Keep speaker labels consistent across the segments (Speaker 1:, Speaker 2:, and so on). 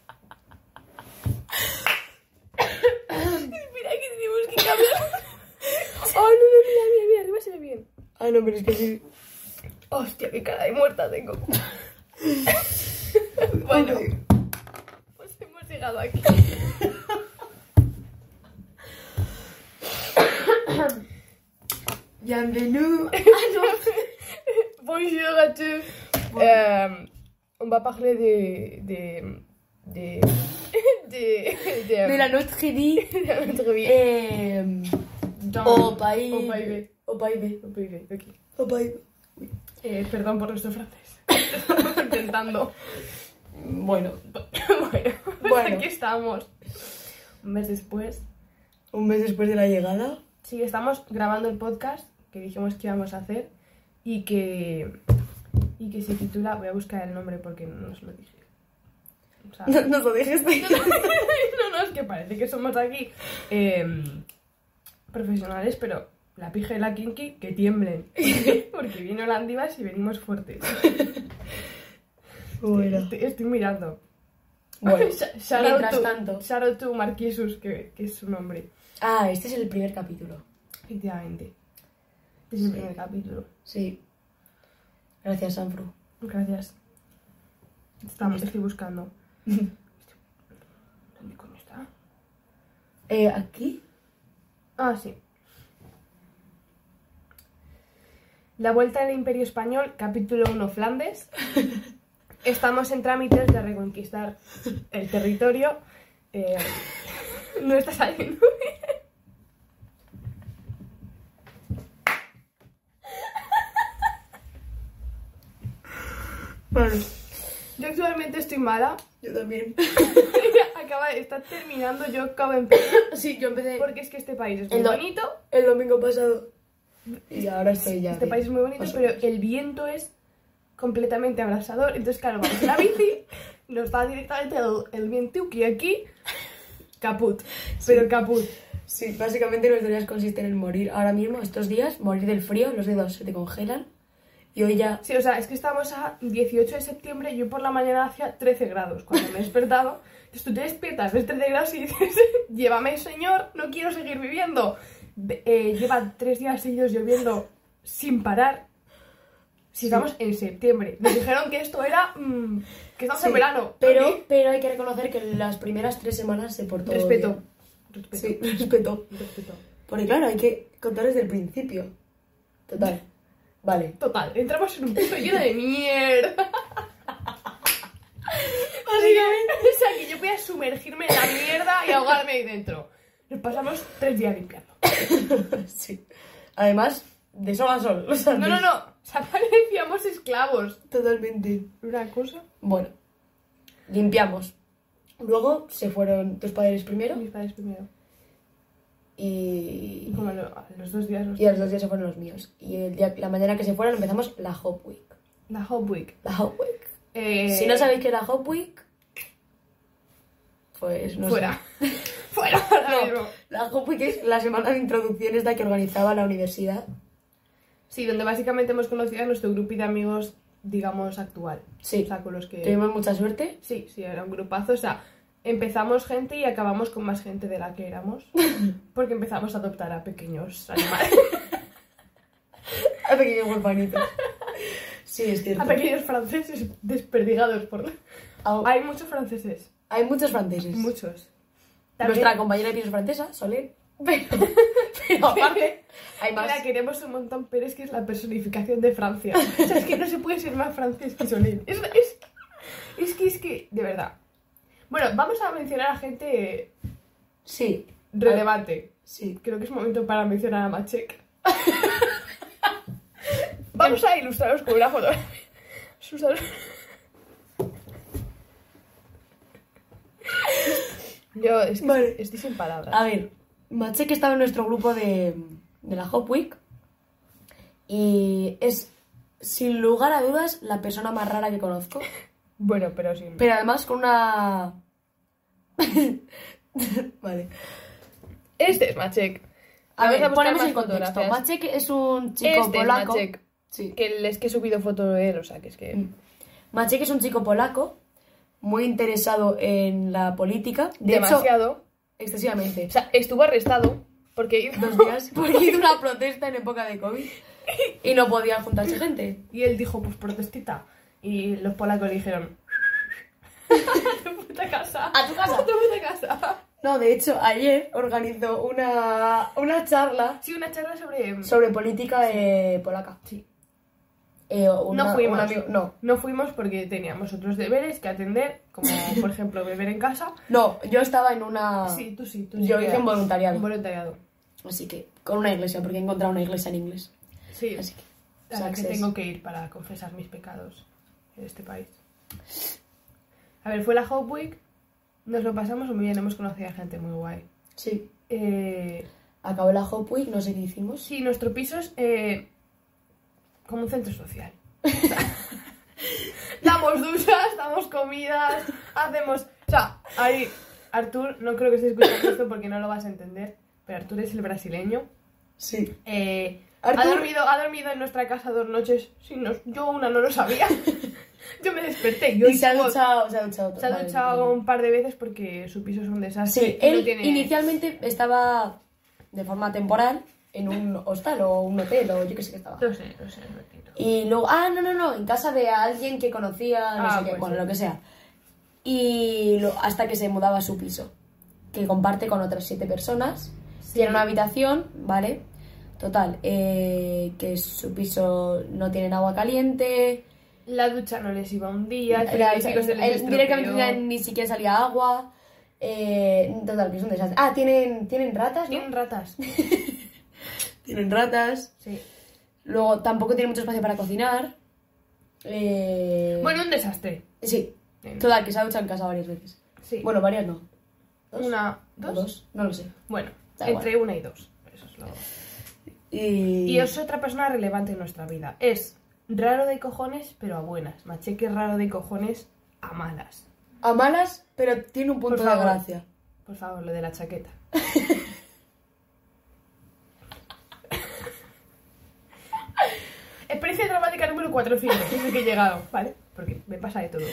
Speaker 1: Oh,
Speaker 2: Ah,
Speaker 1: No, pero es que sí. Hostia, qué cara de muerta tengo. bueno, pues hemos llegado aquí.
Speaker 2: Bienvenue. Ah non.
Speaker 1: Bonjour à tous. Euh, on va parler des. des. des. des. des-
Speaker 2: De la loterie
Speaker 1: de notre vie.
Speaker 2: et euh, dans
Speaker 1: Au
Speaker 2: pays.
Speaker 1: Au País.
Speaker 2: Au pays.
Speaker 1: On peut y ver, ok.
Speaker 2: Au pays.
Speaker 1: Eh, perdón por nuestro francés. Estamos intentando.
Speaker 2: Bueno,
Speaker 1: Bueno,
Speaker 2: Bueno.
Speaker 1: aquí estamos. Un mes después.
Speaker 2: un mes después de la llegada.
Speaker 1: Sí, estamos grabando el podcast que dijimos que íbamos a hacer y que. y que se titula. Voy a buscar el nombre porque no nos lo dije. O sea,
Speaker 2: No, nos lo dijiste.
Speaker 1: No, no, es que parece que somos aquí eh, profesionales, pero la pija y la kinky que tiemblen. Porque vino la andivas y venimos fuertes. Estoy, estoy mirando.
Speaker 2: Bueno.
Speaker 1: Sh- shout out
Speaker 2: mientras
Speaker 1: to-
Speaker 2: tanto.
Speaker 1: shout out to Marquisus, que, que es su nombre.
Speaker 2: Ah, este es el primer capítulo.
Speaker 1: Efectivamente. Es el
Speaker 2: Sí.
Speaker 1: primer capítulo.
Speaker 2: Sí. Gracias, Sanfru.
Speaker 1: Gracias. Estamos, estoy buscando. ¿Dónde coño está?
Speaker 2: Eh, aquí.
Speaker 1: Ah, sí. La vuelta del Imperio Español, capítulo 1, Flandes. Estamos en trámites de reconquistar el territorio. Eh, no está saliendo.
Speaker 2: Bueno,
Speaker 1: Yo actualmente estoy mala.
Speaker 2: yo también.
Speaker 1: Acaba, está terminando, yo acabo de empezar.
Speaker 2: Sí, yo empecé
Speaker 1: Porque es que este país es muy
Speaker 2: El do-
Speaker 1: bonito.
Speaker 2: el domingo pasado. Y ahora estoy ya.
Speaker 1: Este
Speaker 2: bien.
Speaker 1: país es muy bonito,
Speaker 2: O sea,
Speaker 1: pero el viento es completamente abrasador. Entonces, claro, vamos en la bici, nos da directamente el, el viento que aquí, caput. Pero caput.
Speaker 2: Sí, básicamente los días consisten en morir. Ahora mismo, estos días, morir del frío, los dedos se te congelan. Y hoy ya.
Speaker 1: Sí, o sea, es que estamos a 18 de septiembre, yo por la mañana hacía 13 grados cuando me he despertado. Entonces tú te despiertas, ves 13 grados y dices, llévame señor, no quiero seguir viviendo. Ve- eh, lleva tres días seguidos lloviendo sin parar. Si estamos en septiembre. Nos dijeron que esto era... mm, que estamos en
Speaker 2: Sí,
Speaker 1: verano.
Speaker 2: Pero, pero hay que reconocer que las primeras tres semanas se portó.
Speaker 1: Respeto.
Speaker 2: bien.
Speaker 1: Respeto.
Speaker 2: Sí, respeto.
Speaker 1: Respeto.
Speaker 2: Porque claro, hay que contar desde el principio. Total. Vale.
Speaker 1: Total, entramos en un punto lleno de mierda.
Speaker 2: Básicamente.
Speaker 1: O sea, que yo voy a sumergirme en la mierda y ahogarme ahí dentro. Nos pasamos tres días limpiando.
Speaker 2: Sí. Además, de sol a sol. o sea,
Speaker 1: No, no, no. O sea, parecíamos esclavos.
Speaker 2: Totalmente.
Speaker 1: Una cosa.
Speaker 2: Bueno. Limpiamos. Luego se fueron tus padres primero
Speaker 1: Mis padres primero. Y
Speaker 2: y.
Speaker 1: como a lo- a los dos días, los-
Speaker 2: Y a los dos días se fueron los míos. Y el día, la mañana que se fueron empezamos la Hop Week.
Speaker 1: la Hope Week.
Speaker 2: La Hop Week.
Speaker 1: Eh,
Speaker 2: Si no sabéis qué es la Hop Week, pues no sé.
Speaker 1: Fuera. fuera. ahora mismo.
Speaker 2: No, la Hop Week es la semana de introducción esta que organizaba la universidad.
Speaker 1: Sí, donde básicamente hemos conocido a nuestro grupo de amigos, digamos, actual.
Speaker 2: Sí.
Speaker 1: O sea, con los que...
Speaker 2: Tuvimos mucha suerte.
Speaker 1: Sí, sí, era un grupazo. O sea, empezamos gente y acabamos con más gente de la que éramos. Porque empezamos a adoptar a pequeños animales,
Speaker 2: A pequeños huerfanitos. Sí, es cierto.
Speaker 1: a pequeños franceses desperdigados por la...
Speaker 2: Au-
Speaker 1: Hay muchos franceses,
Speaker 2: Hay muchos franceses.
Speaker 1: muchos.
Speaker 2: Nuestra compañera de piso es francesa, Soler. Pero, pero aparte, hay más.
Speaker 1: La queremos un montón, pero es que es la personificación de Francia. O sea, es que no se puede ser más francés que Solín. Es, es- es que, es que, de verdad. Bueno, vamos a mencionar a gente
Speaker 2: Sí.
Speaker 1: relevante.
Speaker 2: Sí.
Speaker 1: Creo que es momento para mencionar a Machek. Vamos a ilustraros con una foto. Ilustraros. Yo es que
Speaker 2: Vale.
Speaker 1: estoy sin palabras.
Speaker 2: A ver, Maché que estaba en nuestro grupo de, de la Hop Week y es, sin lugar a dudas, la persona más rara que conozco.
Speaker 1: Bueno, pero sin.
Speaker 2: Pero además con una... vale.
Speaker 1: Este es Machek.
Speaker 2: A
Speaker 1: Vamos a
Speaker 2: ver,
Speaker 1: buscar
Speaker 2: ponemos
Speaker 1: más
Speaker 2: en contexto.
Speaker 1: fotografías.
Speaker 2: Maché que es un chico
Speaker 1: Este es
Speaker 2: polaco.
Speaker 1: Maciek.
Speaker 2: sí.
Speaker 1: Que el- es que he subido foto de él, o sea, que es que.
Speaker 2: Maché que es un chico polaco muy interesado en la política. De hecho,
Speaker 1: demasiado.
Speaker 2: excesivamente.
Speaker 1: o sea, estuvo arrestado porque.
Speaker 2: Dos días. Porque hizo una protesta en época de COVID. y no podían juntarse gente.
Speaker 1: Y él dijo, pues protestita. Y los polacos le dijeron, a tu puta casa.
Speaker 2: A tu casa.
Speaker 1: A tu puta casa.
Speaker 2: No, de hecho, ayer organizó una, una charla
Speaker 1: Sí, una charla sobre...
Speaker 2: sobre política eh, polaca.
Speaker 1: Sí.
Speaker 2: Eh, una-
Speaker 1: no fuimos.
Speaker 2: un amigo- no.
Speaker 1: No fuimos porque teníamos otros deberes que atender, como por ejemplo beber en casa.
Speaker 2: No, yo estaba en una...
Speaker 1: Sí, tú sí, tú sí.
Speaker 2: Ah. Yo
Speaker 1: que
Speaker 2: hice un
Speaker 1: eras.
Speaker 2: voluntariado.
Speaker 1: Voluntariado.
Speaker 2: Así que, con una iglesia, porque he encontrado una iglesia en inglés.
Speaker 1: Sí,
Speaker 2: Así que,
Speaker 1: a la que
Speaker 2: success.
Speaker 1: tengo que ir para confesar mis pecados en este país. A ver, fue la Hope Week, nos lo pasamos muy bien, hemos conocido a gente muy guay.
Speaker 2: Sí.
Speaker 1: Eh,
Speaker 2: Acabó la Hope Week, no sé qué hicimos.
Speaker 1: sí, nuestro piso es eh, como un centro social. damos duchas, damos comidas, hacemos... O sea, ahí... Artur, no creo que estés escuchando esto porque no lo vas a entender, pero Artur es el brasileño.
Speaker 2: Sí.
Speaker 1: Eh,
Speaker 2: Artur.
Speaker 1: ha, dormido, ha dormido en nuestra casa dos noches. sin nos- yo una no lo sabía. yo me desperté. Yo
Speaker 2: y se ha
Speaker 1: digo-
Speaker 2: duchado, se ha duchado.
Speaker 1: se ha
Speaker 2: vale,
Speaker 1: duchado
Speaker 2: vale.
Speaker 1: un par de veces porque su piso es un desastre.
Speaker 2: Sí,
Speaker 1: y no
Speaker 2: él
Speaker 1: tiene-
Speaker 2: inicialmente estaba de forma temporal en un hostal o un hotel o yo qué sé qué estaba.
Speaker 1: No sé, no sé, no entiendo.
Speaker 2: Y luego, ah, no, no, no, en casa de alguien que conocía, no
Speaker 1: Ah,
Speaker 2: sé qué,
Speaker 1: pues
Speaker 2: bueno,
Speaker 1: sí.
Speaker 2: lo que sea. Y lo- hasta que se mudaba a su piso, que comparte con otras siete personas. Tiene una habitación, ¿vale? Total, eh, que su piso no tienen agua caliente.
Speaker 1: La ducha no les iba un día. el
Speaker 2: Era-
Speaker 1: frigorífico se les
Speaker 2: él
Speaker 1: estropeó.
Speaker 2: directamente ni siquiera salía agua. eh, total, que es un desastre. Ah, tienen, tienen ratas, ¿no?
Speaker 1: Tienen ratas.
Speaker 2: Tienen ratas.
Speaker 1: Sí.
Speaker 2: Luego tampoco tiene mucho espacio para cocinar. Eh,
Speaker 1: Bueno, un desastre.
Speaker 2: Sí.
Speaker 1: Bien.
Speaker 2: Total, que se ha duchado en casa varias veces.
Speaker 1: Sí.
Speaker 2: Bueno, varias no. ¿Dos?
Speaker 1: una,
Speaker 2: ¿O
Speaker 1: dos.
Speaker 2: No lo sé.
Speaker 1: Bueno,
Speaker 2: Da
Speaker 1: entre una y dos. Eso es lo.
Speaker 2: Y...
Speaker 1: Y es otra persona relevante en nuestra vida. Es raro de cojones, pero a buenas. Macheque es raro de cojones a malas.
Speaker 2: A malas, pero tiene un punto
Speaker 1: Por
Speaker 2: de
Speaker 1: favor.
Speaker 2: gracia.
Speaker 1: Por favor, lo de la chaqueta. Experiencia dramática número 400, desde que he llegado, ¿vale? Porque me pasa de todo.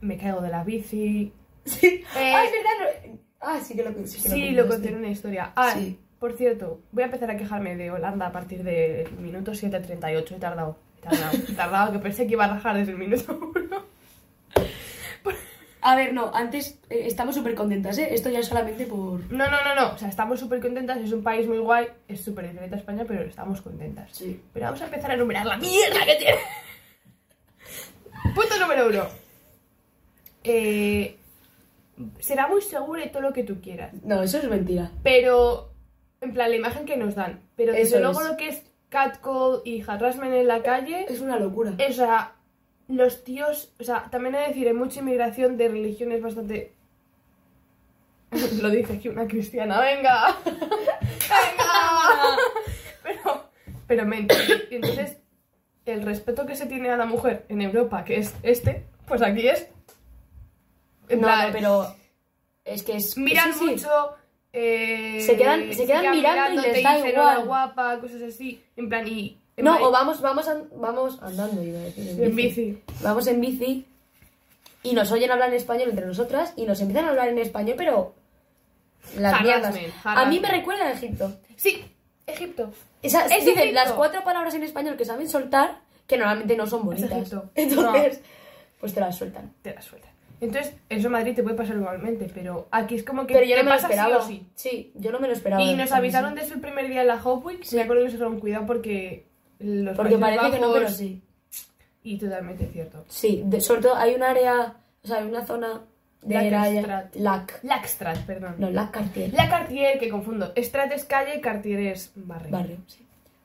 Speaker 1: Me caigo de la bici.
Speaker 2: Sí.
Speaker 1: Eh,
Speaker 2: Ah, es verdad. no- Ah, sí que lo sí que
Speaker 1: Sí, lo conté
Speaker 2: contaste.
Speaker 1: en una historia. Ah,
Speaker 2: Sí.
Speaker 1: por cierto, voy a empezar a quejarme de Holanda a partir del minuto 7.38. He tardado, he tardado, he tardado, que pensé que iba a rajar desde el minuto 1.
Speaker 2: A ver, no, antes eh, estamos súper contentas, ¿eh? Esto ya es solamente por...
Speaker 1: No, no, no, no. O sea, estamos súper contentas. Es un país muy guay. Es súper diferente a España, pero estamos contentas.
Speaker 2: Sí.
Speaker 1: Pero vamos a empezar a enumerar la mierda que tiene. Punto número uno. Eh, será muy seguro y todo lo que tú quieras.
Speaker 2: No, eso es mentira.
Speaker 1: Pero, en plan, la imagen que nos dan. Pero desde
Speaker 2: Eso
Speaker 1: luego
Speaker 2: es.
Speaker 1: lo que es catcall y harassment en la calle.
Speaker 2: Es una locura.
Speaker 1: O sea, los tíos, o sea, también he de decir, hay mucha inmigración de religiones bastante... Lo dice aquí una cristiana, venga. venga. pero, pero me entendí. Y entonces, el respeto que se tiene a la mujer en Europa, que es este, pues aquí es... en
Speaker 2: no,
Speaker 1: plan,
Speaker 2: no, pero... Es que es...
Speaker 1: Miran
Speaker 2: sí, sí.
Speaker 1: mucho... eh,
Speaker 2: Se quedan- se quedan mirando y
Speaker 1: mirándote
Speaker 2: les da
Speaker 1: dicen, "Hola,
Speaker 2: igual".
Speaker 1: guapa, cosas así. En plan, y... en
Speaker 2: No,
Speaker 1: plan,
Speaker 2: o vamos, vamos, an- vamos andando, iba a decir.
Speaker 1: En bici.
Speaker 2: Vamos en bici y nos oyen hablar en español entre nosotras y nos empiezan a hablar en español, pero. Las
Speaker 1: Harassment,
Speaker 2: mierdas. A mí
Speaker 1: harassment.
Speaker 2: me recuerda a Egipto.
Speaker 1: Sí, Egipto.
Speaker 2: Esa-
Speaker 1: Es
Speaker 2: dicen
Speaker 1: Egipto.
Speaker 2: las cuatro palabras en español que saben soltar, que normalmente no son
Speaker 1: Es
Speaker 2: bonitas.
Speaker 1: Egipto.
Speaker 2: Entonces, pues te las sueltan.
Speaker 1: te la sueltan. Entonces, eso en Madrid te puede pasar igualmente, pero aquí es como que
Speaker 2: Pero yo
Speaker 1: te
Speaker 2: no me lo
Speaker 1: pasa sí
Speaker 2: esperaba.
Speaker 1: o sí.
Speaker 2: yo no me lo esperaba.
Speaker 1: Y nos avisaron desde el primer día de la Hope Week, me acuerdo que se dijeron cuidado porque los
Speaker 2: Porque
Speaker 1: Países
Speaker 2: parece que no, pero
Speaker 1: Bajos-"
Speaker 2: sí.
Speaker 1: Y totalmente cierto.
Speaker 2: Sí, de- sobre todo hay un área, o sea, hay una zona de
Speaker 1: Lac
Speaker 2: área-
Speaker 1: Estrat.
Speaker 2: Lac.
Speaker 1: Lackstrat, perdón.
Speaker 2: No, Lac Cartier.
Speaker 1: La Cartier, que confundo. Strat es calle, Cartier es barrio.
Speaker 2: barrio, sí.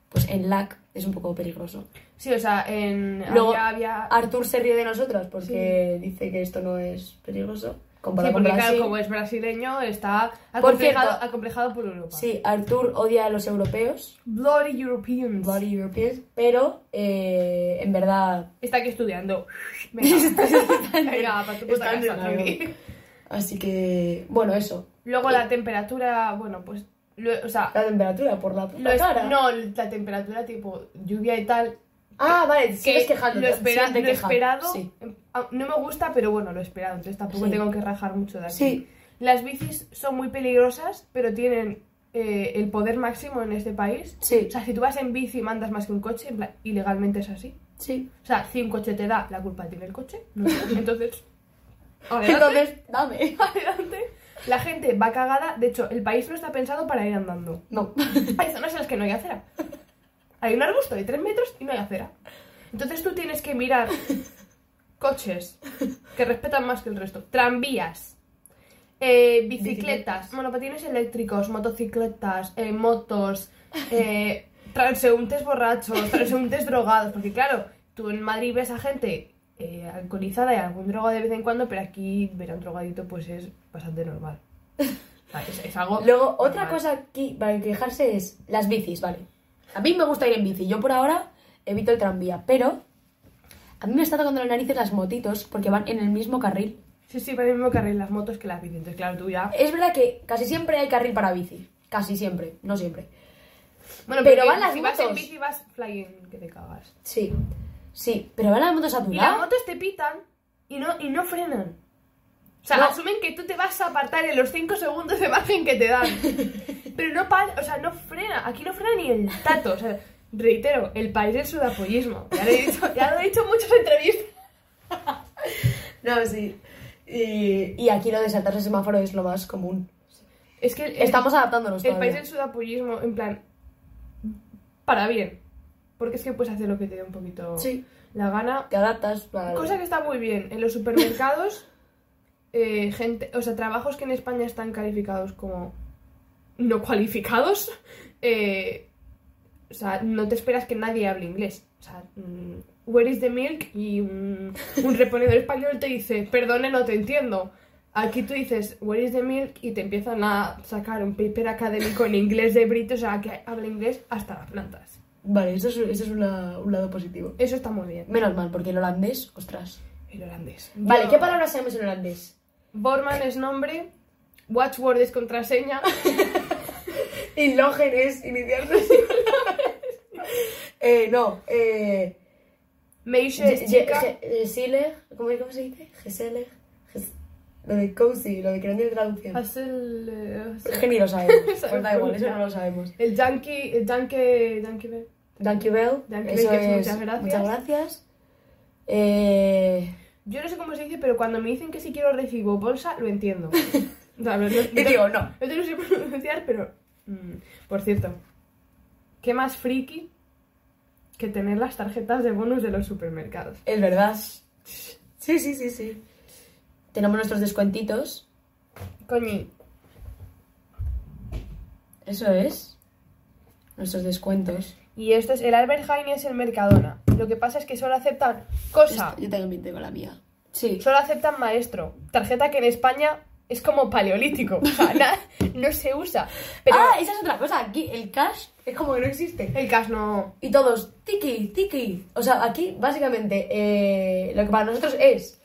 Speaker 2: Pues en LAC es un poco peligroso.
Speaker 1: Sí, o sea, en...
Speaker 2: Luego, ah,
Speaker 1: había... había...
Speaker 2: Artur se ríe de nosotras porque dice que esto no es peligroso.
Speaker 1: Sí,
Speaker 2: Comparado
Speaker 1: porque
Speaker 2: con
Speaker 1: claro,
Speaker 2: Brasil.
Speaker 1: como es brasileño, está
Speaker 2: Por cierto-
Speaker 1: acomplejado, acomplejado por Europa.
Speaker 2: Sí, Artur odia a los europeos,
Speaker 1: Bloody Europeans.
Speaker 2: bloody Europeans, pero eh, en verdad...
Speaker 1: Está aquí estudiando. Venga, Venga pa' tu puta casa,
Speaker 2: Están en la
Speaker 1: tranqui.
Speaker 2: Así que, bueno, eso.
Speaker 1: Luego la temperatura, bueno, pues, lo- o sea,
Speaker 2: La temperatura por la puta
Speaker 1: lo es-
Speaker 2: cara.
Speaker 1: no, la temperatura tipo lluvia y tal,
Speaker 2: Ah, vale, sigues quejando.
Speaker 1: lo, espera- lo esperado,
Speaker 2: Sí.
Speaker 1: ah, no me gusta, pero bueno, lo esperado, entonces tampoco
Speaker 2: Sí.
Speaker 1: tengo que rajar mucho de aquí.
Speaker 2: Sí.
Speaker 1: Las bicis son muy peligrosas, pero tienen eh, el poder máximo en este país.
Speaker 2: Sí,
Speaker 1: O sea, si tú vas en bici y mandas más que un coche, en plan, ilegalmente es así.
Speaker 2: sí.
Speaker 1: O sea, si un coche te da, la culpa tiene el coche. No sé. Entonces, adelante,
Speaker 2: Entonces, dame.
Speaker 1: adelante. La gente va cagada. De hecho, el país no está pensado para ir andando.
Speaker 2: No.
Speaker 1: Hay zonas en las que no hay acera. Hay un arbusto de 3 metros y no hay acera. Entonces tú tienes que mirar coches que respetan más que el resto. Tranvías, eh, bicicletas,
Speaker 2: Bicicletas.
Speaker 1: monopatines eléctricos, motocicletas, eh, motos, eh, transeúntes borrachos, transeúntes drogados. Porque claro, tú en Madrid ves a gente eh, alcoholizada y algún droga de vez en cuando, pero aquí ver a un drogadito pues es bastante normal. O sea, es, es algo...
Speaker 2: Luego, otra
Speaker 1: normal.
Speaker 2: cosa aquí para quejarse es las bicis, ¿vale? A mí me gusta ir en bici. Yo por ahora evito el tranvía, pero a mí me está tocando las narices las motitos porque van en el mismo carril.
Speaker 1: Sí, sí, para el mismo carril las motos que las bicis. Entonces, claro, tú ya.
Speaker 2: Es verdad que casi siempre hay carril para bici. Casi siempre, no siempre.
Speaker 1: Bueno,
Speaker 2: Pero
Speaker 1: porque
Speaker 2: van las
Speaker 1: si vas en
Speaker 2: motos.
Speaker 1: bici vas flying que te cagas.
Speaker 2: Sí, sí, pero van las motos a tu
Speaker 1: Y las
Speaker 2: lado.
Speaker 1: motos te pitan y no, y no frenan. O sea,
Speaker 2: No.
Speaker 1: asumen que tú te vas a apartar en los 5 segundos de margen que te dan. Pero no para, o sea, no frena. Aquí no frena ni el tato. O sea, reitero, el país del sudapollismo. Ya lo he dicho, ya lo he dicho en muchas entrevistas.
Speaker 2: No, sí. Y, y aquí lo de saltarse el semáforo es lo más común.
Speaker 1: Es que el- el-
Speaker 2: Estamos adaptándonos
Speaker 1: El país
Speaker 2: todavía.
Speaker 1: del sudapollismo, en plan, para bien. Porque es que puedes hacer lo que te dé un poquito
Speaker 2: Sí,
Speaker 1: la gana.
Speaker 2: te adaptas. Para...
Speaker 1: Cosa que está muy bien. En los supermercados, eh, gente, o sea, trabajos que en España están calificados como no cualificados, eh, o sea, no te esperas que nadie hable inglés. O sea, mm, where is the milk? Y un, un reponedor español te dice, perdone, no te entiendo. Aquí tú dices, where is the milk? Y te empiezan a sacar un paper académico en inglés de Brito, o sea, que habla inglés hasta las plantas.
Speaker 2: Vale, eso es, eso es una- un lado positivo.
Speaker 1: Eso está muy bien.
Speaker 2: Menos mal, porque el holandés, ostras.
Speaker 1: El holandés.
Speaker 2: Vale,
Speaker 1: Yo-
Speaker 2: ¿qué palabras sabemos en holandés?
Speaker 1: Borman es nombre, Watchword es contraseña.
Speaker 2: Inlogen es iniciar Eh, no, eh...
Speaker 1: Meisha
Speaker 2: Ye-
Speaker 1: es
Speaker 2: ye-
Speaker 1: chica.
Speaker 2: ge- eh, Sile, ¿cómo, cómo se dice? Gesele, ges- lo de cozy, lo de que no tiene traducción.
Speaker 1: Hazel, eh,
Speaker 2: Que ni lo sabemos, pues
Speaker 1: Sabemos
Speaker 2: da igual,
Speaker 1: mucho.
Speaker 2: eso no lo sabemos.
Speaker 1: El yankee, el yankee, yankee Bell.
Speaker 2: Thank you, Bell.
Speaker 1: Thank you,
Speaker 2: eso
Speaker 1: Bell, que es
Speaker 2: es,
Speaker 1: muchas gracias.
Speaker 2: Muchas gracias. Eh...
Speaker 1: Yo no sé cómo se dice, pero cuando me dicen que si quiero recibo bolsa, lo entiendo. O sea, a ver, no,
Speaker 2: Y digo, no.
Speaker 1: no te lo sé pronunciar, pero... mm, por cierto, ¿qué más friki que tener las tarjetas de bonus de los supermercados?
Speaker 2: Es verdad. Sí, sí, sí, sí. Tenemos nuestros descuentitos.
Speaker 1: Coñi,
Speaker 2: Eso es. Nuestros descuentos.
Speaker 1: y esto es... El Albert Heijn es el Mercadona. Lo que pasa es que solo aceptan cosa.
Speaker 2: Esto- Yo también tengo la mía. Sí.
Speaker 1: Solo aceptan maestro. Tarjeta que en España es como paleolítico. O sea, na- no se usa. Pero
Speaker 2: Ah, esa es otra cosa. Aquí el cash es como que no existe.
Speaker 1: el cash no.
Speaker 2: Y todos, tiki, tiki. O sea, aquí básicamente eh, lo que para nosotros es.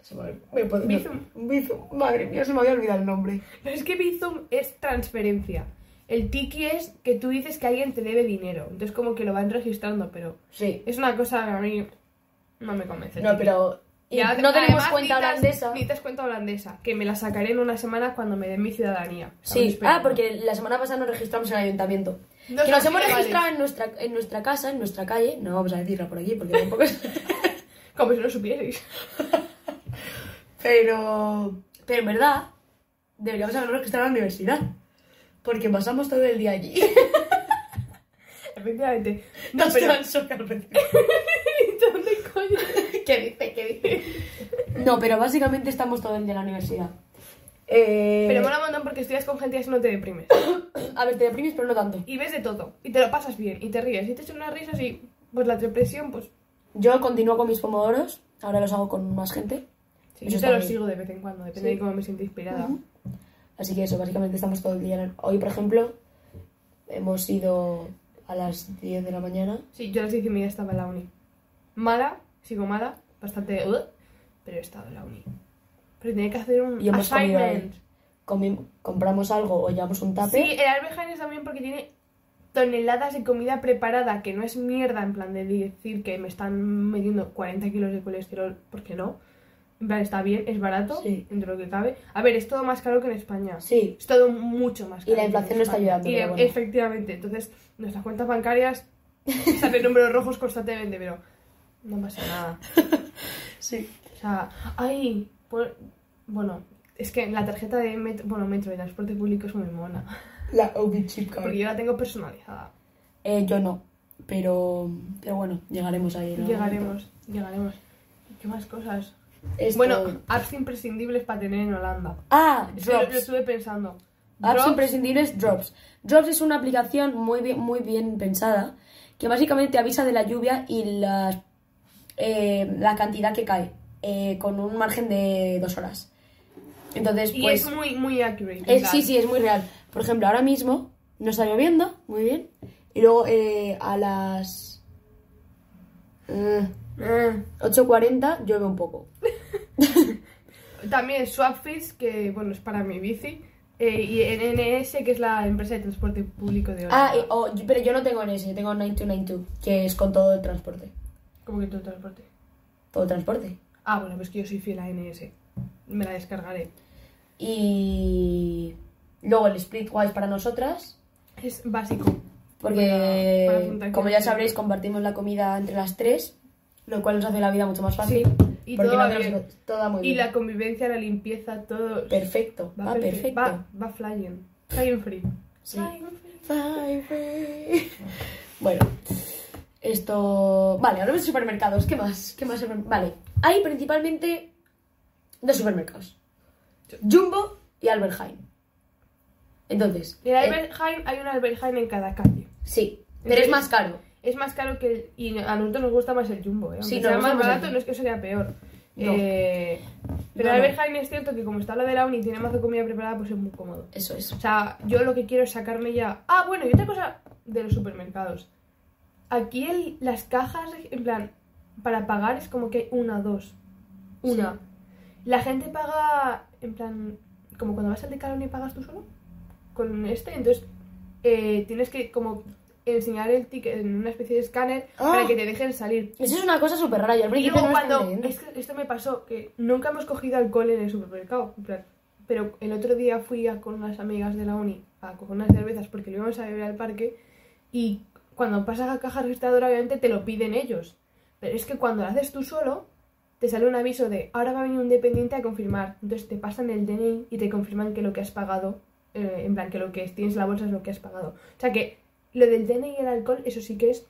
Speaker 2: Se me- me puedo- me-
Speaker 1: Bizum.
Speaker 2: Bizum. Madre mía, se me había olvidado el nombre.
Speaker 1: Pero es que Bizum es transferencia. El tiki es que tú dices que alguien te debe dinero. Entonces, como que lo van registrando, pero
Speaker 2: Sí.
Speaker 1: es una cosa que a mí no me convence. el
Speaker 2: No,
Speaker 1: tiki.
Speaker 2: pero. y
Speaker 1: Ya,
Speaker 2: no tenemos
Speaker 1: además,
Speaker 2: cuenta
Speaker 1: ni tas-
Speaker 2: holandesa.
Speaker 1: Ni te das cuenta holandesa, que me la sacaré en una semana cuando me den mi ciudadanía. Estamos
Speaker 2: Sí, ah,
Speaker 1: esperando.
Speaker 2: porque la semana pasada nos registramos en el ayuntamiento.
Speaker 1: No
Speaker 2: que nos
Speaker 1: somos
Speaker 2: hemos
Speaker 1: ilegales.
Speaker 2: registrado en nuestra, en nuestra casa, en nuestra calle. No vamos a decirla por aquí porque tampoco es.
Speaker 1: Como si no supierais.
Speaker 2: Pero. Pero en verdad, deberíamos habernos registrado en la universidad. Porque pasamos todo el día allí.
Speaker 1: Efectivamente. No,
Speaker 2: No, Eh.
Speaker 1: pero.
Speaker 2: ¿Dónde coño? ¿Qué dice? ¿Qué dice? No, pero básicamente estamos todo el día en la universidad. Eh,
Speaker 1: Pero mola un montón porque estudias con gente y así no te deprimes.
Speaker 2: A ver, te deprimes, pero no tanto.
Speaker 1: y ves de todo y te lo pasas bien y te ríes y te echan unas risas y pues la depresión pues
Speaker 2: Yo continúo con mis pomodoros. Ahora los hago con más gente.
Speaker 1: sí,
Speaker 2: Eso
Speaker 1: yo te
Speaker 2: está
Speaker 1: lo
Speaker 2: bien.
Speaker 1: sigo de vez en cuando depende
Speaker 2: Sí.
Speaker 1: de cómo me siento inspirada
Speaker 2: Ujú. Así que eso, básicamente estamos todo el día. en la- Hoy, por ejemplo, hemos ido a las 10 de la mañana.
Speaker 1: sí yo a las diez y media estaba en la uni mala sigo mala bastante "Ugh", pero he estado en la uni pero tenía que hacer un
Speaker 2: Y hemos comido
Speaker 1: assignment
Speaker 2: Comi- compramos algo o llevamos un tape.
Speaker 1: sí el albejanes también porque tiene toneladas de comida preparada que no es mierda en plan de decir que me están metiendo 40 kilos de colesterol porque no En plan, está bien, es barato,
Speaker 2: Sí.
Speaker 1: entre lo que cabe. A ver, es todo más caro que en España.
Speaker 2: Sí,
Speaker 1: Es todo mucho más
Speaker 2: Y la
Speaker 1: caro. que en
Speaker 2: inflación no está
Speaker 1: España.
Speaker 2: ayudando,
Speaker 1: Y,
Speaker 2: pero bueno.
Speaker 1: Efectivamente, entonces nuestras cuentas bancarias salen números rojos constantemente, pero no pasa nada.
Speaker 2: sí.
Speaker 1: O sea, ay, por- bueno, es que la tarjeta de metro, bueno, metro de transporte público es muy mona,
Speaker 2: La OV Chip Card.
Speaker 1: porque yo la tengo personalizada.
Speaker 2: Eh, yo no, pero, pero bueno, llegaremos ahí. ¿no?
Speaker 1: Llegaremos, llegaremos. ¿Qué más cosas?
Speaker 2: Esto-
Speaker 1: Bueno, apps imprescindibles para tener en Holanda.
Speaker 2: ah,
Speaker 1: Es que lo, lo
Speaker 2: Drops.
Speaker 1: estuve pensando.
Speaker 2: Apps
Speaker 1: Drops,
Speaker 2: imprescindibles, Drops. Drops es una aplicación muy bien, muy bien pensada que básicamente te avisa de la lluvia y las- eh, la cantidad que cae eh, con un margen de dos horas. Entonces,
Speaker 1: y
Speaker 2: pues...
Speaker 1: es muy, muy accurate. en
Speaker 2: Eh,
Speaker 1: plan,
Speaker 2: sí, sí, es muy real. Por ejemplo, ahora mismo no está lloviendo, muy bien. Y luego eh, a las eh,
Speaker 1: eh.
Speaker 2: 8.40 llueve un poco.
Speaker 1: También Swapfish, que bueno, es para mi bici. eh, y NNS, que es la empresa de transporte público de Holanda.
Speaker 2: Ah, y- oh, yo- pero yo no tengo NS, yo tengo 9292, que es con todo el transporte.
Speaker 1: Como que todo transporte.
Speaker 2: Todo el transporte.
Speaker 1: Ah, bueno, pues que yo soy fiel a NS. Me la descargaré.
Speaker 2: Y luego el Splitwise para nosotras,
Speaker 1: Es básico.
Speaker 2: porque
Speaker 1: Para- para apuntar
Speaker 2: como
Speaker 1: con-
Speaker 2: ya sabréis, compartimos la comida entre las tres, lo cual nos hace la vida mucho más fácil.
Speaker 1: Sí, y
Speaker 2: porque
Speaker 1: todo va
Speaker 2: nosotros-
Speaker 1: bien.
Speaker 2: todo va muy
Speaker 1: Y
Speaker 2: bien.
Speaker 1: la convivencia, la limpieza, todo.
Speaker 2: Perfecto, va,
Speaker 1: perfe-
Speaker 2: perfecto.
Speaker 1: Va, va flying. Flying free.
Speaker 2: Sí.
Speaker 1: Flying free.
Speaker 2: Bueno, esto. Vale, hablamos de supermercados. ¿Qué más? ¿Qué más? supermer- Vale, hay principalmente dos supermercados: Jumbo y Albert Heijn. Entonces.
Speaker 1: En
Speaker 2: eh,
Speaker 1: Albertheim hay un Albertheim en cada calle.
Speaker 2: sí, pero es más caro.
Speaker 1: Es más caro que el. Y a nosotros nos gusta más el jumbo, ¿eh? Aunque
Speaker 2: Sí, nos
Speaker 1: sea
Speaker 2: gusta
Speaker 1: más
Speaker 2: más el
Speaker 1: barato,
Speaker 2: Jumbo.
Speaker 1: no es que sería peor.
Speaker 2: No.
Speaker 1: Eh, pero
Speaker 2: No,
Speaker 1: el
Speaker 2: no.
Speaker 1: Albertheim es cierto que, como está la de la uni y tiene más de comida preparada, pues es muy cómodo.
Speaker 2: Eso es.
Speaker 1: O sea, yo lo que quiero es sacarme ya. Ah, bueno, y otra cosa de los supermercados. Aquí el- las cajas, en plan, para pagar es como que hay una, dos. Una.
Speaker 2: Sí.
Speaker 1: La gente paga, en plan, como cuando vas al Decathlon y pagas tú solo. Con este, entonces eh, tienes que como enseñar el ticket en una especie de escáner
Speaker 2: Ah.
Speaker 1: para que te dejen salir.
Speaker 2: Eso es una cosa súper rara. Yo al
Speaker 1: Y
Speaker 2: principio
Speaker 1: luego
Speaker 2: no lo estaba
Speaker 1: cuando...
Speaker 2: entendiendo.
Speaker 1: Es que esto me pasó, que nunca hemos cogido alcohol en el supermercado. en plan, pero el otro día fui a- con unas amigas de la uni a coger unas cervezas porque lo íbamos a beber al parque y cuando pasas a caja registradora obviamente te lo piden ellos. Pero es que cuando lo haces tú solo, te sale un aviso de ahora va a venir un dependiente a confirmar. Entonces te pasan el DNI y te confirman que lo que has pagado, eh, en plan que lo que tienes en la bolsa es lo que has pagado. O sea que lo del DNI y el alcohol, eso sí que es...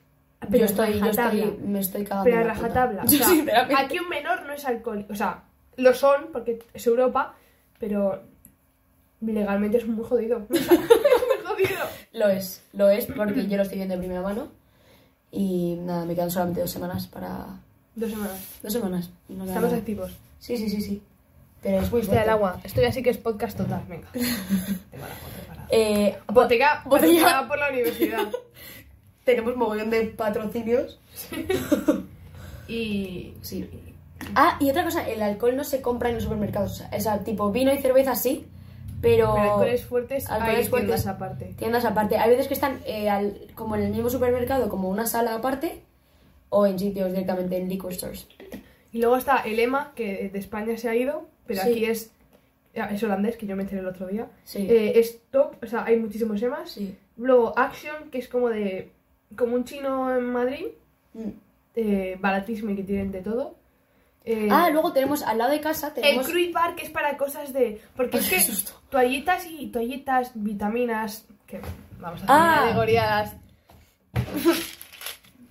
Speaker 2: Yo estoy, yo
Speaker 1: rajatabla.
Speaker 2: estoy, me estoy cagando.
Speaker 1: Pero a
Speaker 2: en la puta.
Speaker 1: rajatabla. O
Speaker 2: Yo,
Speaker 1: sea,
Speaker 2: sinceramente.
Speaker 1: aquí un menor no es alcohólico. O sea, lo son porque es Europa, pero legalmente es muy jodido. O sea, es muy jodido.
Speaker 2: Lo es, lo es, porque yo lo estoy viendo de primera mano. Y nada, me quedan solamente dos semanas para.
Speaker 1: Dos semanas.
Speaker 2: Dos semanas. no queda
Speaker 1: Estamos
Speaker 2: nada.
Speaker 1: activos.
Speaker 2: Sí, sí, sí, sí. Pero es muy
Speaker 1: Hostia,
Speaker 2: fuerte.
Speaker 1: el agua. Esto ya sí que es podcast total. Venga. Tengo el agua preparada.
Speaker 2: Eh, bo-
Speaker 1: Botella,
Speaker 2: Botella.
Speaker 1: patrocinada por la universidad.
Speaker 2: tenemos mogollón de patrocinios.
Speaker 1: Y.
Speaker 2: Sí. Ah, y otra cosa, el alcohol no se compra en los supermercados. O sea, o sea, tipo vino y cerveza sí, pero.
Speaker 1: Pero alcoholes fuertes
Speaker 2: Alcoholes
Speaker 1: hay tiendas
Speaker 2: fuertes.
Speaker 1: aparte.
Speaker 2: Tiendas aparte. Hay veces que están eh, al- como en el mismo supermercado, como una sala aparte, o en sitios directamente en liquor stores.
Speaker 1: Y luego está el EMA, que de España se ha ido, pero
Speaker 2: Sí.
Speaker 1: aquí es. Es holandés, que yo mencioné el otro día.
Speaker 2: Sí.
Speaker 1: Eh, es top, o sea, hay muchísimos EMAs.
Speaker 2: Sí.
Speaker 1: Luego Action, que es como de. como un chino en Madrid,
Speaker 2: Mm.
Speaker 1: eh, baratísimo y que tienen de todo. Eh,
Speaker 2: Ah, luego tenemos al lado de casa,
Speaker 1: el
Speaker 2: tenemos.
Speaker 1: Cruy Park que es para cosas de. Porque es
Speaker 2: Qué
Speaker 1: que
Speaker 2: susto.
Speaker 1: toallitas y toallitas, vitaminas. Que vamos a hacer
Speaker 2: Ah.
Speaker 1: categoriadas.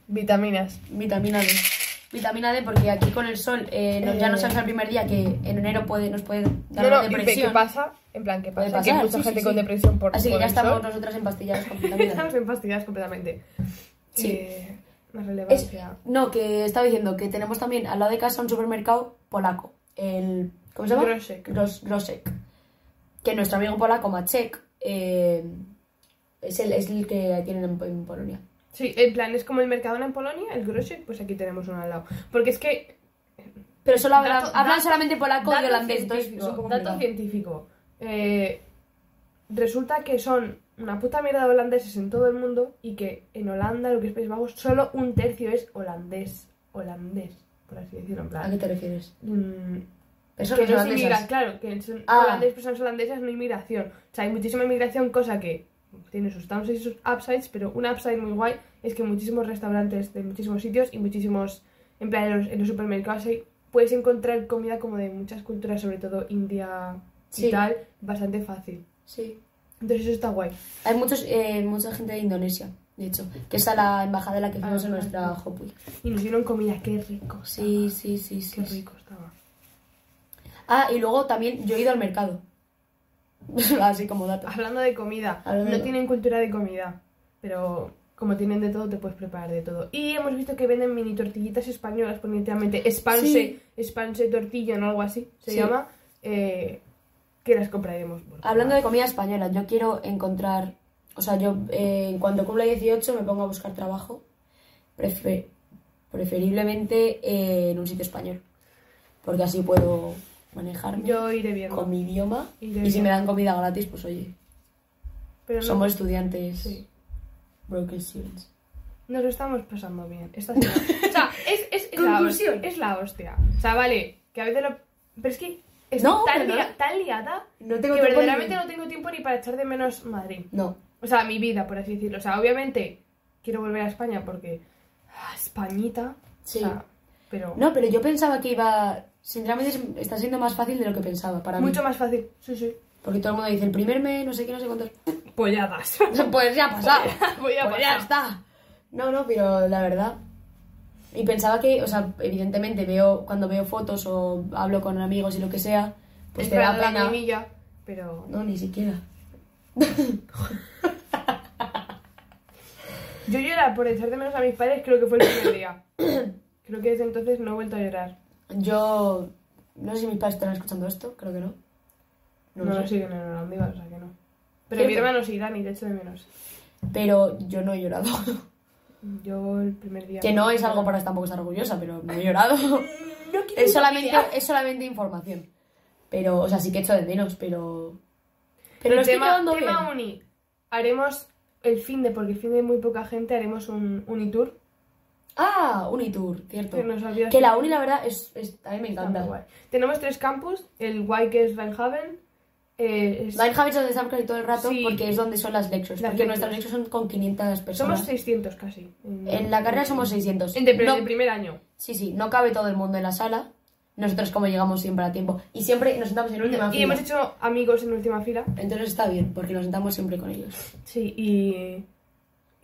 Speaker 1: vitaminas.
Speaker 2: Vitamina D. Vitamina D porque aquí con el sol eh, no- ya
Speaker 1: Eh.
Speaker 2: nos sabes el primer día que en enero puede, nos puede dar
Speaker 1: No,
Speaker 2: una
Speaker 1: no, dice, ¿qué
Speaker 2: depresión.
Speaker 1: pasa? En plan, ¿qué
Speaker 2: Puede
Speaker 1: pasa? Que hay
Speaker 2: pasar,
Speaker 1: mucha
Speaker 2: sí, sí,
Speaker 1: gente con
Speaker 2: sí.
Speaker 1: depresión por.
Speaker 2: Así que
Speaker 1: por
Speaker 2: ya
Speaker 1: el
Speaker 2: estamos
Speaker 1: sol.
Speaker 2: nosotras empastilladas con vitamina
Speaker 1: Estamos
Speaker 2: D.
Speaker 1: empastilladas completamente.
Speaker 2: Sí.
Speaker 1: Eh, la
Speaker 2: Es-
Speaker 1: relevancia.
Speaker 2: no, que estaba diciendo que tenemos también al lado de casa un supermercado polaco. El, ¿Cómo se llama?
Speaker 1: Groszek.
Speaker 2: Gros- Groszek. Que nuestro amigo polaco Maciek eh, es, el, es el que tienen en, en Polonia.
Speaker 1: Sí, en plan, es como el Mercadona en Polonia, el Groszek, pues aquí tenemos uno al lado. Porque es que...
Speaker 2: Pero solo hablan,
Speaker 1: Dato-
Speaker 2: hablan
Speaker 1: dato-
Speaker 2: solamente polaco y
Speaker 1: dato
Speaker 2: holandés. Entonces,
Speaker 1: científico,
Speaker 2: son como
Speaker 1: dato
Speaker 2: complicados.
Speaker 1: científico. Eh, resulta que son una puta mierda de holandeses en todo el mundo y que en Holanda, lo que es País Bajos, solo un tercio es holandés. Holandés, por así decirlo, en
Speaker 2: ¿A qué
Speaker 1: plan.
Speaker 2: te refieres?
Speaker 1: mm,
Speaker 2: Personas
Speaker 1: Que no se
Speaker 2: holandesas.
Speaker 1: inmigra, claro, que son
Speaker 2: Ah.
Speaker 1: holandeses, personas holandesas, no inmigración. O sea, hay muchísima inmigración, cosa que tiene sus downsides y sus upsides, pero un upside muy guay es que muchísimos restaurantes de muchísimos sitios y muchísimos, en plan, en los, en los supermercados hay- puedes encontrar comida como de muchas culturas, sobre todo India
Speaker 2: Sí.
Speaker 1: y tal, bastante fácil.
Speaker 2: Sí.
Speaker 1: Entonces eso está guay.
Speaker 2: Hay muchos, eh, mucha gente de Indonesia, de hecho, que es a la embajada de la que fuimos en nuestra
Speaker 1: Ah,
Speaker 2: Hopi.
Speaker 1: Y nos dieron comida, qué rico.
Speaker 2: Sí, sí, sí, sí.
Speaker 1: estaba, Qué rico estaba.
Speaker 2: Ah, y luego también yo he ido al mercado. Así como dato.
Speaker 1: Hablando de comida,
Speaker 2: Hablando de-
Speaker 1: no tienen cultura de comida, pero como tienen de todo, te puedes preparar de todo. Y hemos visto que venden mini tortillitas españolas, porque literalmente espanse,
Speaker 2: Sí.
Speaker 1: espanse tortilla o algo así se
Speaker 2: Sí.
Speaker 1: llama, eh, que las compraremos. por
Speaker 2: Hablando de
Speaker 1: favor.
Speaker 2: comida española, yo quiero encontrar, o sea, yo eh, en cuanto cumpla 18 me pongo a buscar trabajo, prefe- preferiblemente eh, en un sitio español, porque así puedo manejarme
Speaker 1: Yo iré viendo.
Speaker 2: con mi idioma
Speaker 1: Y
Speaker 2: y,
Speaker 1: yo
Speaker 2: si
Speaker 1: no.
Speaker 2: me dan comida gratis, pues oye,
Speaker 1: Pero no-
Speaker 2: somos estudiantes,
Speaker 1: sí,
Speaker 2: broken students.
Speaker 1: nos lo estamos pasando bien. Está siendo- o sea, es, es, es la hostia,
Speaker 2: Conclusión.
Speaker 1: es la hostia. O sea, vale, que a veces lo... Pero es que es
Speaker 2: No,
Speaker 1: tan,
Speaker 2: pero no.
Speaker 1: lia- tan liada
Speaker 2: No
Speaker 1: que verdaderamente no tengo tiempo ni para echar de menos Madrid.
Speaker 2: No,
Speaker 1: O sea, mi vida, por así decirlo. O sea, obviamente quiero volver a España porque. ah, Españita.
Speaker 2: Sí.
Speaker 1: O sea, pero.
Speaker 2: no, pero yo pensaba que iba, sinceramente es- está siendo más fácil de lo que pensaba para
Speaker 1: mucho
Speaker 2: mí,
Speaker 1: más fácil. Sí, sí.
Speaker 2: porque todo el mundo dice el primer mes, no sé qué, no sé cuántos...
Speaker 1: Polladas.
Speaker 2: Pues ya ha pasado.
Speaker 1: Voy a
Speaker 2: Pues ya
Speaker 1: pasar.
Speaker 2: está. No, no, pero la verdad. Y pensaba que, o sea, evidentemente veo cuando veo fotos o hablo con amigos y lo que sea, pues
Speaker 1: Es
Speaker 2: te da
Speaker 1: verdad, la
Speaker 2: pena.
Speaker 1: lagrimilla, Pero.
Speaker 2: No, ni siquiera.
Speaker 1: Yo llorar por echar de menos a mis padres creo que fue el primer día. Creo que desde entonces no he vuelto a llorar.
Speaker 2: Yo no sé si mis padres estarán escuchando esto, creo que no.
Speaker 1: No,
Speaker 2: No lo
Speaker 1: lo
Speaker 2: sé.
Speaker 1: siguen en Holanda, o sea que no. Pero
Speaker 2: ¿Cierto?
Speaker 1: mi hermano sí, Dani, te echo de menos.
Speaker 2: Pero yo no he llorado.
Speaker 1: Yo el primer día.
Speaker 2: que no es algo para tampoco estar orgullosa, pero no he llorado.
Speaker 1: No quiero
Speaker 2: es solamente es solamente información. Pero, o sea, sí que echo de menos, pero pero lo estoy
Speaker 1: tema,
Speaker 2: llevando
Speaker 1: tema
Speaker 2: bien.
Speaker 1: uni. Haremos el fin de, porque el fin de muy poca gente, haremos un unitour.
Speaker 2: Ah, Unitour, cierto.
Speaker 1: Que nos habías-
Speaker 2: Que la uni, la verdad, es, es- a mí me
Speaker 1: Está muy
Speaker 2: encanta.
Speaker 1: guay. Tenemos tres campus, el guay que es Weinhaven, eh, es-
Speaker 2: Mindhub es donde estamos casi todo el rato
Speaker 1: Sí.
Speaker 2: porque es donde son las lectures.
Speaker 1: Las
Speaker 2: porque
Speaker 1: lectures.
Speaker 2: nuestras lectures son con 500 personas.
Speaker 1: somos 600 casi.
Speaker 2: En la carrera somos 600.
Speaker 1: En de-
Speaker 2: No-
Speaker 1: de primer año.
Speaker 2: sí, sí, no cabe todo el mundo en la sala. Nosotros como llegamos siempre a tiempo. Y siempre nos sentamos en última
Speaker 1: Y
Speaker 2: fila.
Speaker 1: hemos hecho amigos en última fila.
Speaker 2: Entonces está bien, porque nos sentamos siempre con ellos.
Speaker 1: Sí, y...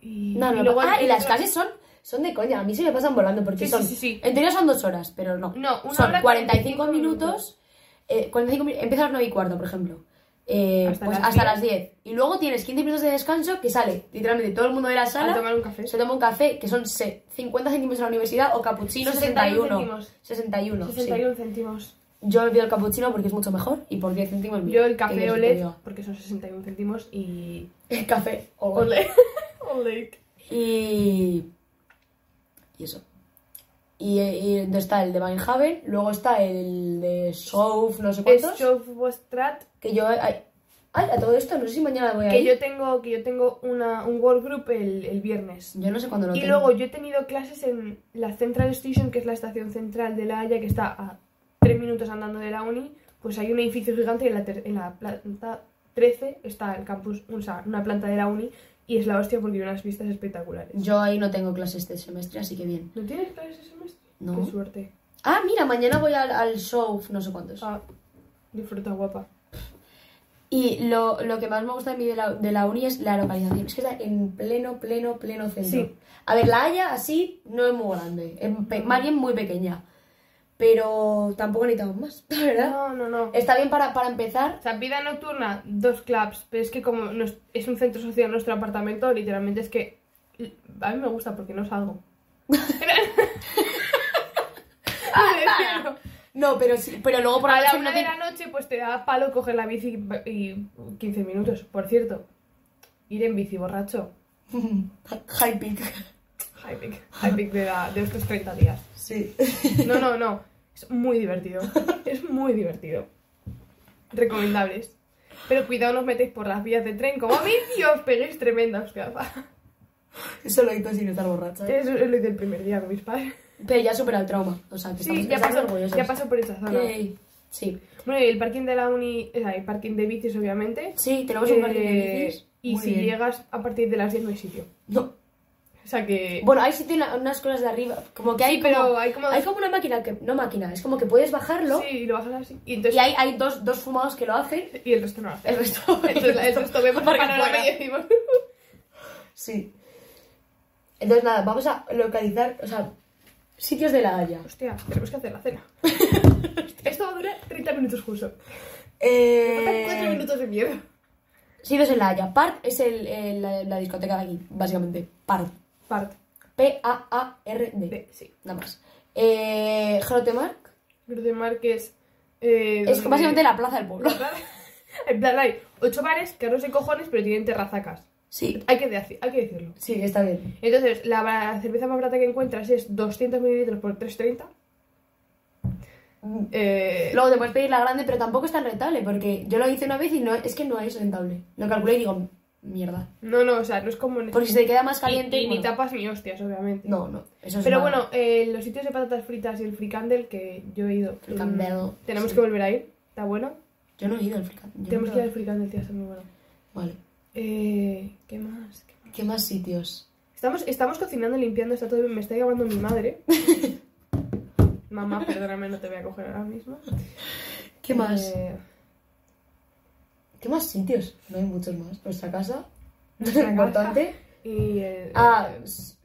Speaker 1: Y,
Speaker 2: No, no,
Speaker 1: luego
Speaker 2: ah,
Speaker 1: hay-
Speaker 2: y las clases son, son de coña. A mí se me pasan volando porque
Speaker 1: Sí,
Speaker 2: son...
Speaker 1: sí, sí, sí.
Speaker 2: En teoría son dos horas, pero no.
Speaker 1: No, una
Speaker 2: son
Speaker 1: hora,
Speaker 2: 45,
Speaker 1: 45
Speaker 2: minutos. eh, 45 mi- empieza a las 9 y cuarto, por ejemplo. Eh,
Speaker 1: Hasta
Speaker 2: pues
Speaker 1: las
Speaker 2: hasta
Speaker 1: 10.
Speaker 2: las 10. Y luego tienes 15 minutos de descanso que sale literalmente todo el mundo de la
Speaker 1: A
Speaker 2: sala.
Speaker 1: tomar un café.
Speaker 2: Se toma un café, que son se- 50 céntimos en la universidad, o capuchino
Speaker 1: 61
Speaker 2: 61.
Speaker 1: céntimos.
Speaker 2: 61, sí.
Speaker 1: 61 céntimos.
Speaker 2: Yo me pido el capuchino porque es mucho mejor y por 10 céntimos mira,
Speaker 1: Yo el
Speaker 2: ¿qué
Speaker 1: café
Speaker 2: quieres que te
Speaker 1: OLED,
Speaker 2: diga?
Speaker 1: porque son 61 céntimos, y...
Speaker 2: El café
Speaker 1: OLED.
Speaker 2: OLED.
Speaker 1: OLED.
Speaker 2: Y. Y eso. Y, y entonces está el de Weinhaven, luego está el de Souf, no sé
Speaker 1: Es
Speaker 2: cuántos.
Speaker 1: Showbostrat,
Speaker 2: Que yo. Ay, ay, a todo esto, no sé si mañana voy a
Speaker 1: que
Speaker 2: ir.
Speaker 1: yo tengo, que yo tengo una, un workgroup el, el viernes.
Speaker 2: Yo no sé cuándo lo
Speaker 1: Y
Speaker 2: tengo.
Speaker 1: luego yo he tenido clases en la Central Station, que es la estación central de La Haya, que está a tres minutos andando de la uni. Pues hay un edificio gigante y en la, ter- en la planta 13 está el campus, o sea, una planta de la uni. Y es la hostia porque hay unas vistas espectaculares.
Speaker 2: Yo ahí no tengo clases este semestre, así que bien.
Speaker 1: ¿No tienes clases ese semestre?
Speaker 2: No.
Speaker 1: Qué suerte.
Speaker 2: Ah, mira, mañana voy al, al Souf, no sé cuántos.
Speaker 1: Ah, disfruta, guapa.
Speaker 2: Y lo, lo que más me gusta de, mí de, la, de la uni es la localización. Es que está en pleno, pleno, pleno centro.
Speaker 1: Sí.
Speaker 2: A ver, la Haya así no es muy grande. Es pe- más bien muy pequeña. Pero tampoco necesitamos más, la verdad.
Speaker 1: No, no, no.
Speaker 2: Está bien para, para empezar.
Speaker 1: O sea, vida nocturna, dos clubs, pero es que como nos- es un centro social nuestro apartamento, literalmente es que a mí me gusta porque no salgo.
Speaker 2: No, pero sí, pero luego por
Speaker 1: a
Speaker 2: la
Speaker 1: la
Speaker 2: noche
Speaker 1: una
Speaker 2: no
Speaker 1: de
Speaker 2: te...
Speaker 1: la noche pues te da palo coger la bici y- y 15 minutos. Por cierto, ir en bici borracho.
Speaker 2: High peak.
Speaker 1: High peak, high peak de, la- de estos 30 días.
Speaker 2: Sí.
Speaker 1: No, no, no. Es muy divertido. Es muy divertido. Recomendables. Pero cuidado, no os metéis por las vías de tren como a mí y os peguéis tremenda hostiaza.
Speaker 2: Eso lo hizo sin estar borracha. ¿eh?
Speaker 1: Eso es lo hice el primer día con mis padres.
Speaker 2: Pero ya supera el trauma. O sea, que
Speaker 1: Sí,
Speaker 2: estamos,
Speaker 1: ya
Speaker 2: estamos
Speaker 1: pasó,
Speaker 2: orgullosos.
Speaker 1: ya pasó por esa zona.
Speaker 2: Yay. Sí.
Speaker 1: Bueno, y el parking de la uni, o sea, el parking de bicis, obviamente.
Speaker 2: Sí, tenemos un parque de
Speaker 1: Eh,
Speaker 2: bicis.
Speaker 1: Y
Speaker 2: Muy
Speaker 1: si
Speaker 2: bien.
Speaker 1: llegas a partir de las 10 no hay sitio.
Speaker 2: No.
Speaker 1: O sea que.
Speaker 2: Bueno, hay sitio en la- unas cosas de arriba. Como que hay,
Speaker 1: Sí, pero
Speaker 2: como,
Speaker 1: hay como-
Speaker 2: una máquina que. No máquina, es como que puedes bajarlo.
Speaker 1: sí, y lo bajas así. Y, entonces,
Speaker 2: Y hay, hay dos, dos fumados que lo hacen.
Speaker 1: y el resto no lo hace.
Speaker 2: El resto.
Speaker 1: Entonces, el resto vemos el
Speaker 2: aparcan
Speaker 1: panorama
Speaker 2: fuera.
Speaker 1: y decimos.
Speaker 2: Sí. Entonces, nada, vamos a localizar. O sea, sitios de La Haya.
Speaker 1: Hostia, tenemos que hacer la cena. Esto va a durar 30 minutos justo. Faltan 4
Speaker 2: Eh,
Speaker 1: minutos de mierda.
Speaker 2: sitios de La Haya. Part es el, el- la, la discoteca de aquí, básicamente. Part.
Speaker 1: Part.
Speaker 2: P-A-A-R-D.
Speaker 1: B, sí.
Speaker 2: Nada más. Eh, Grotemark.
Speaker 1: Grude Márquez. Eh,
Speaker 2: Es
Speaker 1: donde-
Speaker 2: básicamente la plaza del pueblo.
Speaker 1: En plan, hay 8 bares, carros y cojones, pero tienen terrazacas.
Speaker 2: Sí,
Speaker 1: Hay que, deci- hay que decirlo.
Speaker 2: sí, está bien.
Speaker 1: Entonces, la, ba- cerveza más barata que encuentras es 200 mililitros por 3,30. Eh,
Speaker 2: Luego te puedes pedir la grande, pero tampoco es tan rentable, porque yo lo hice una vez y no, es que no es rentable. Lo calculé y digo, mierda.
Speaker 1: No, no, o sea, no es como... en-
Speaker 2: Porque si te queda más caliente...
Speaker 1: y, y ni
Speaker 2: bueno,
Speaker 1: tapas ni hostias, obviamente.
Speaker 2: No, no, eso es
Speaker 1: Pero
Speaker 2: una-
Speaker 1: bueno, eh, los sitios de patatas fritas y el fricandel que yo he ido.
Speaker 2: Fricandel,
Speaker 1: mm, Tenemos
Speaker 2: sí.
Speaker 1: que volver a ir. Está bueno.
Speaker 2: Yo no he ido al frica- yo
Speaker 1: Tenemos
Speaker 2: no
Speaker 1: que
Speaker 2: he
Speaker 1: ir al
Speaker 2: ido.
Speaker 1: fricandel, tío, está muy bueno.
Speaker 2: Vale.
Speaker 1: Eh, ¿Qué más? ¿Qué más?
Speaker 2: ¿Qué más sitios?
Speaker 1: Estamos, estamos cocinando, limpiando, está todo bien. Me está llamando mi madre. Mamá, perdóname, no te voy a coger ahora mismo.
Speaker 2: ¿Qué más?
Speaker 1: Eh,
Speaker 2: ¿Qué más sitios? No hay muchos más. Nuestra casa.
Speaker 1: Nuestra
Speaker 2: Importante.
Speaker 1: y el,
Speaker 2: Ah, S-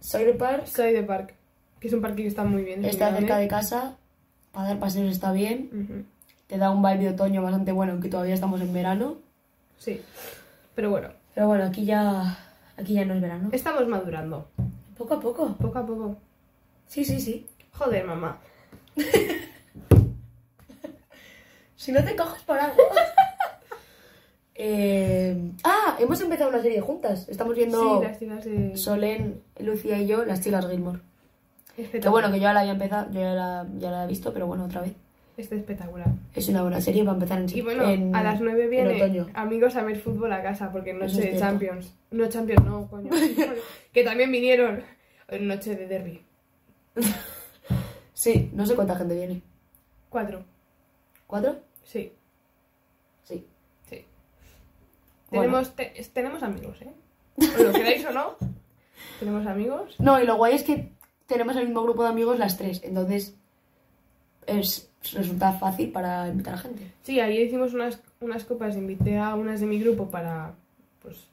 Speaker 2: Soil Park.
Speaker 1: Soy de Park, que es un parque que está muy bien. es
Speaker 2: Está
Speaker 1: muy
Speaker 2: cerca de
Speaker 1: grande.
Speaker 2: casa. Para dar paseos está bien.
Speaker 1: Ujú,
Speaker 2: Te da un vibe de otoño bastante bueno, aunque todavía estamos en verano.
Speaker 1: Sí, pero bueno,
Speaker 2: Pero bueno, aquí ya, aquí ya no es verano.
Speaker 1: estamos madurando,
Speaker 2: Poco a poco.
Speaker 1: poco a poco.
Speaker 2: Sí, sí, sí.
Speaker 1: Joder, mamá.
Speaker 2: Si no te coges por algo. Eh, ah, hemos empezado una serie juntas. Estamos viendo
Speaker 1: Sí, las chicas de...
Speaker 2: Solén, Lucía y yo, las chicas Gilmore. Que
Speaker 1: Espectacular.
Speaker 2: bueno, que yo ya la había empezado, yo ya la, ya la he visto, pero bueno, otra vez.
Speaker 1: Está espectacular.
Speaker 2: Es una buena serie para empezar en
Speaker 1: Y bueno,
Speaker 2: en-
Speaker 1: a las 9
Speaker 2: en
Speaker 1: viene
Speaker 2: otoño.
Speaker 1: amigos a ver fútbol a casa, porque
Speaker 2: Eso
Speaker 1: noche
Speaker 2: es
Speaker 1: de
Speaker 2: cierto.
Speaker 1: Champions. No Champions, no, coño. que también vinieron. Noche de derby.
Speaker 2: Sí, no sé cuánta gente viene.
Speaker 1: Cuatro.
Speaker 2: ¿Cuatro?
Speaker 1: Sí,
Speaker 2: Sí.
Speaker 1: sí.
Speaker 2: Bueno.
Speaker 1: Tenemos, te- tenemos amigos, ¿eh? O lo queráis o no, tenemos amigos.
Speaker 2: No, y lo guay es que tenemos el mismo grupo de amigos las tres, entonces es, resulta fácil para invitar a gente.
Speaker 1: Sí, ayer hicimos unas, unas copas, invité a unas de mi grupo para pues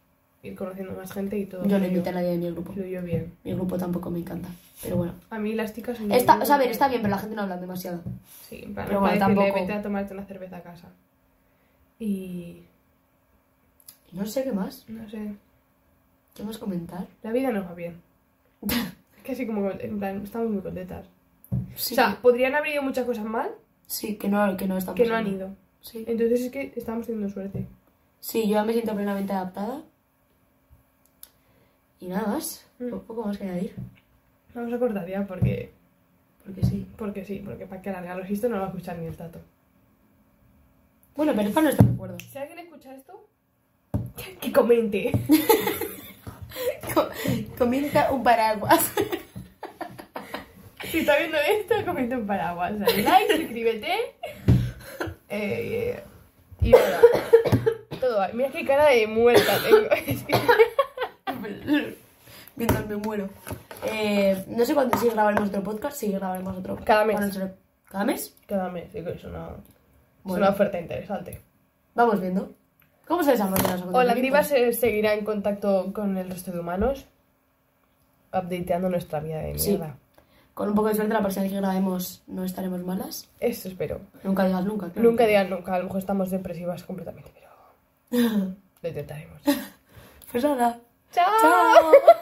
Speaker 1: ir conociendo más gente y todo.
Speaker 2: Yo no
Speaker 1: fluyó-
Speaker 2: invité a nadie de mi grupo.
Speaker 1: Fluyó bien.
Speaker 2: Mi grupo tampoco me encanta, pero bueno.
Speaker 1: A mí las chicas... me
Speaker 2: Está,
Speaker 1: vinieron
Speaker 2: o sea, a ver,
Speaker 1: muy
Speaker 2: está bien, pero la gente no habla demasiado.
Speaker 1: Sí, en plan,
Speaker 2: Pero
Speaker 1: para
Speaker 2: bueno,
Speaker 1: decirle,
Speaker 2: tampoco-
Speaker 1: vete a tomarte una cerveza a casa. Y...
Speaker 2: No sé qué más.
Speaker 1: no sé,
Speaker 2: ¿Qué más comentar?
Speaker 1: la vida nos va bien. Casi como, en plan, estamos muy contentas. O
Speaker 2: Sí,
Speaker 1: sea, podrían haber ido muchas cosas mal
Speaker 2: sí que, no, que no estamos.
Speaker 1: que no han ido.
Speaker 2: Sí.
Speaker 1: Entonces es que estamos teniendo suerte.
Speaker 2: Sí, yo ya me siento plenamente adaptada. Y nada más.
Speaker 1: Mm.
Speaker 2: po- Poco más que añadir.
Speaker 1: Vamos a cortar ya porque...
Speaker 2: Porque sí.
Speaker 1: Porque sí, porque para que alargarlo esto no lo va a escuchar ni el tato.
Speaker 2: Bueno, pero es para nuestro recuerdo.
Speaker 1: Si alguien escucha esto, que- que comente.
Speaker 2: Comienza un paraguas.
Speaker 1: Si está viendo esto, comenta un paraguas. Dale like, suscríbete. Eh, y bueno, todo va. Mira qué cara de muerta tengo. Es que-
Speaker 2: Mientras me muero. Eh, no sé cuándo si grabaremos otro podcast. Sí, grabaremos otro.
Speaker 1: Cada mes.
Speaker 2: Para nuestro- ¿Cada mes?
Speaker 1: Cada mes, digo, es una, es
Speaker 2: Bueno.
Speaker 1: una oferta interesante.
Speaker 2: Vamos viendo. ¿Cómo se desarrollan las
Speaker 1: Holandiva se seguirá en contacto con el resto de humanos, updateando nuestra vida de
Speaker 2: Sí.
Speaker 1: mierda.
Speaker 2: Con un poco de suerte, la próxima vez que grabemos no estaremos malas.
Speaker 1: Eso espero.
Speaker 2: Nunca digas nunca. claro.
Speaker 1: Nunca digan nunca, a lo mejor estamos depresivas completamente, pero lo intentaremos.
Speaker 2: Pues nada.
Speaker 1: ¡Chao!
Speaker 2: Chao.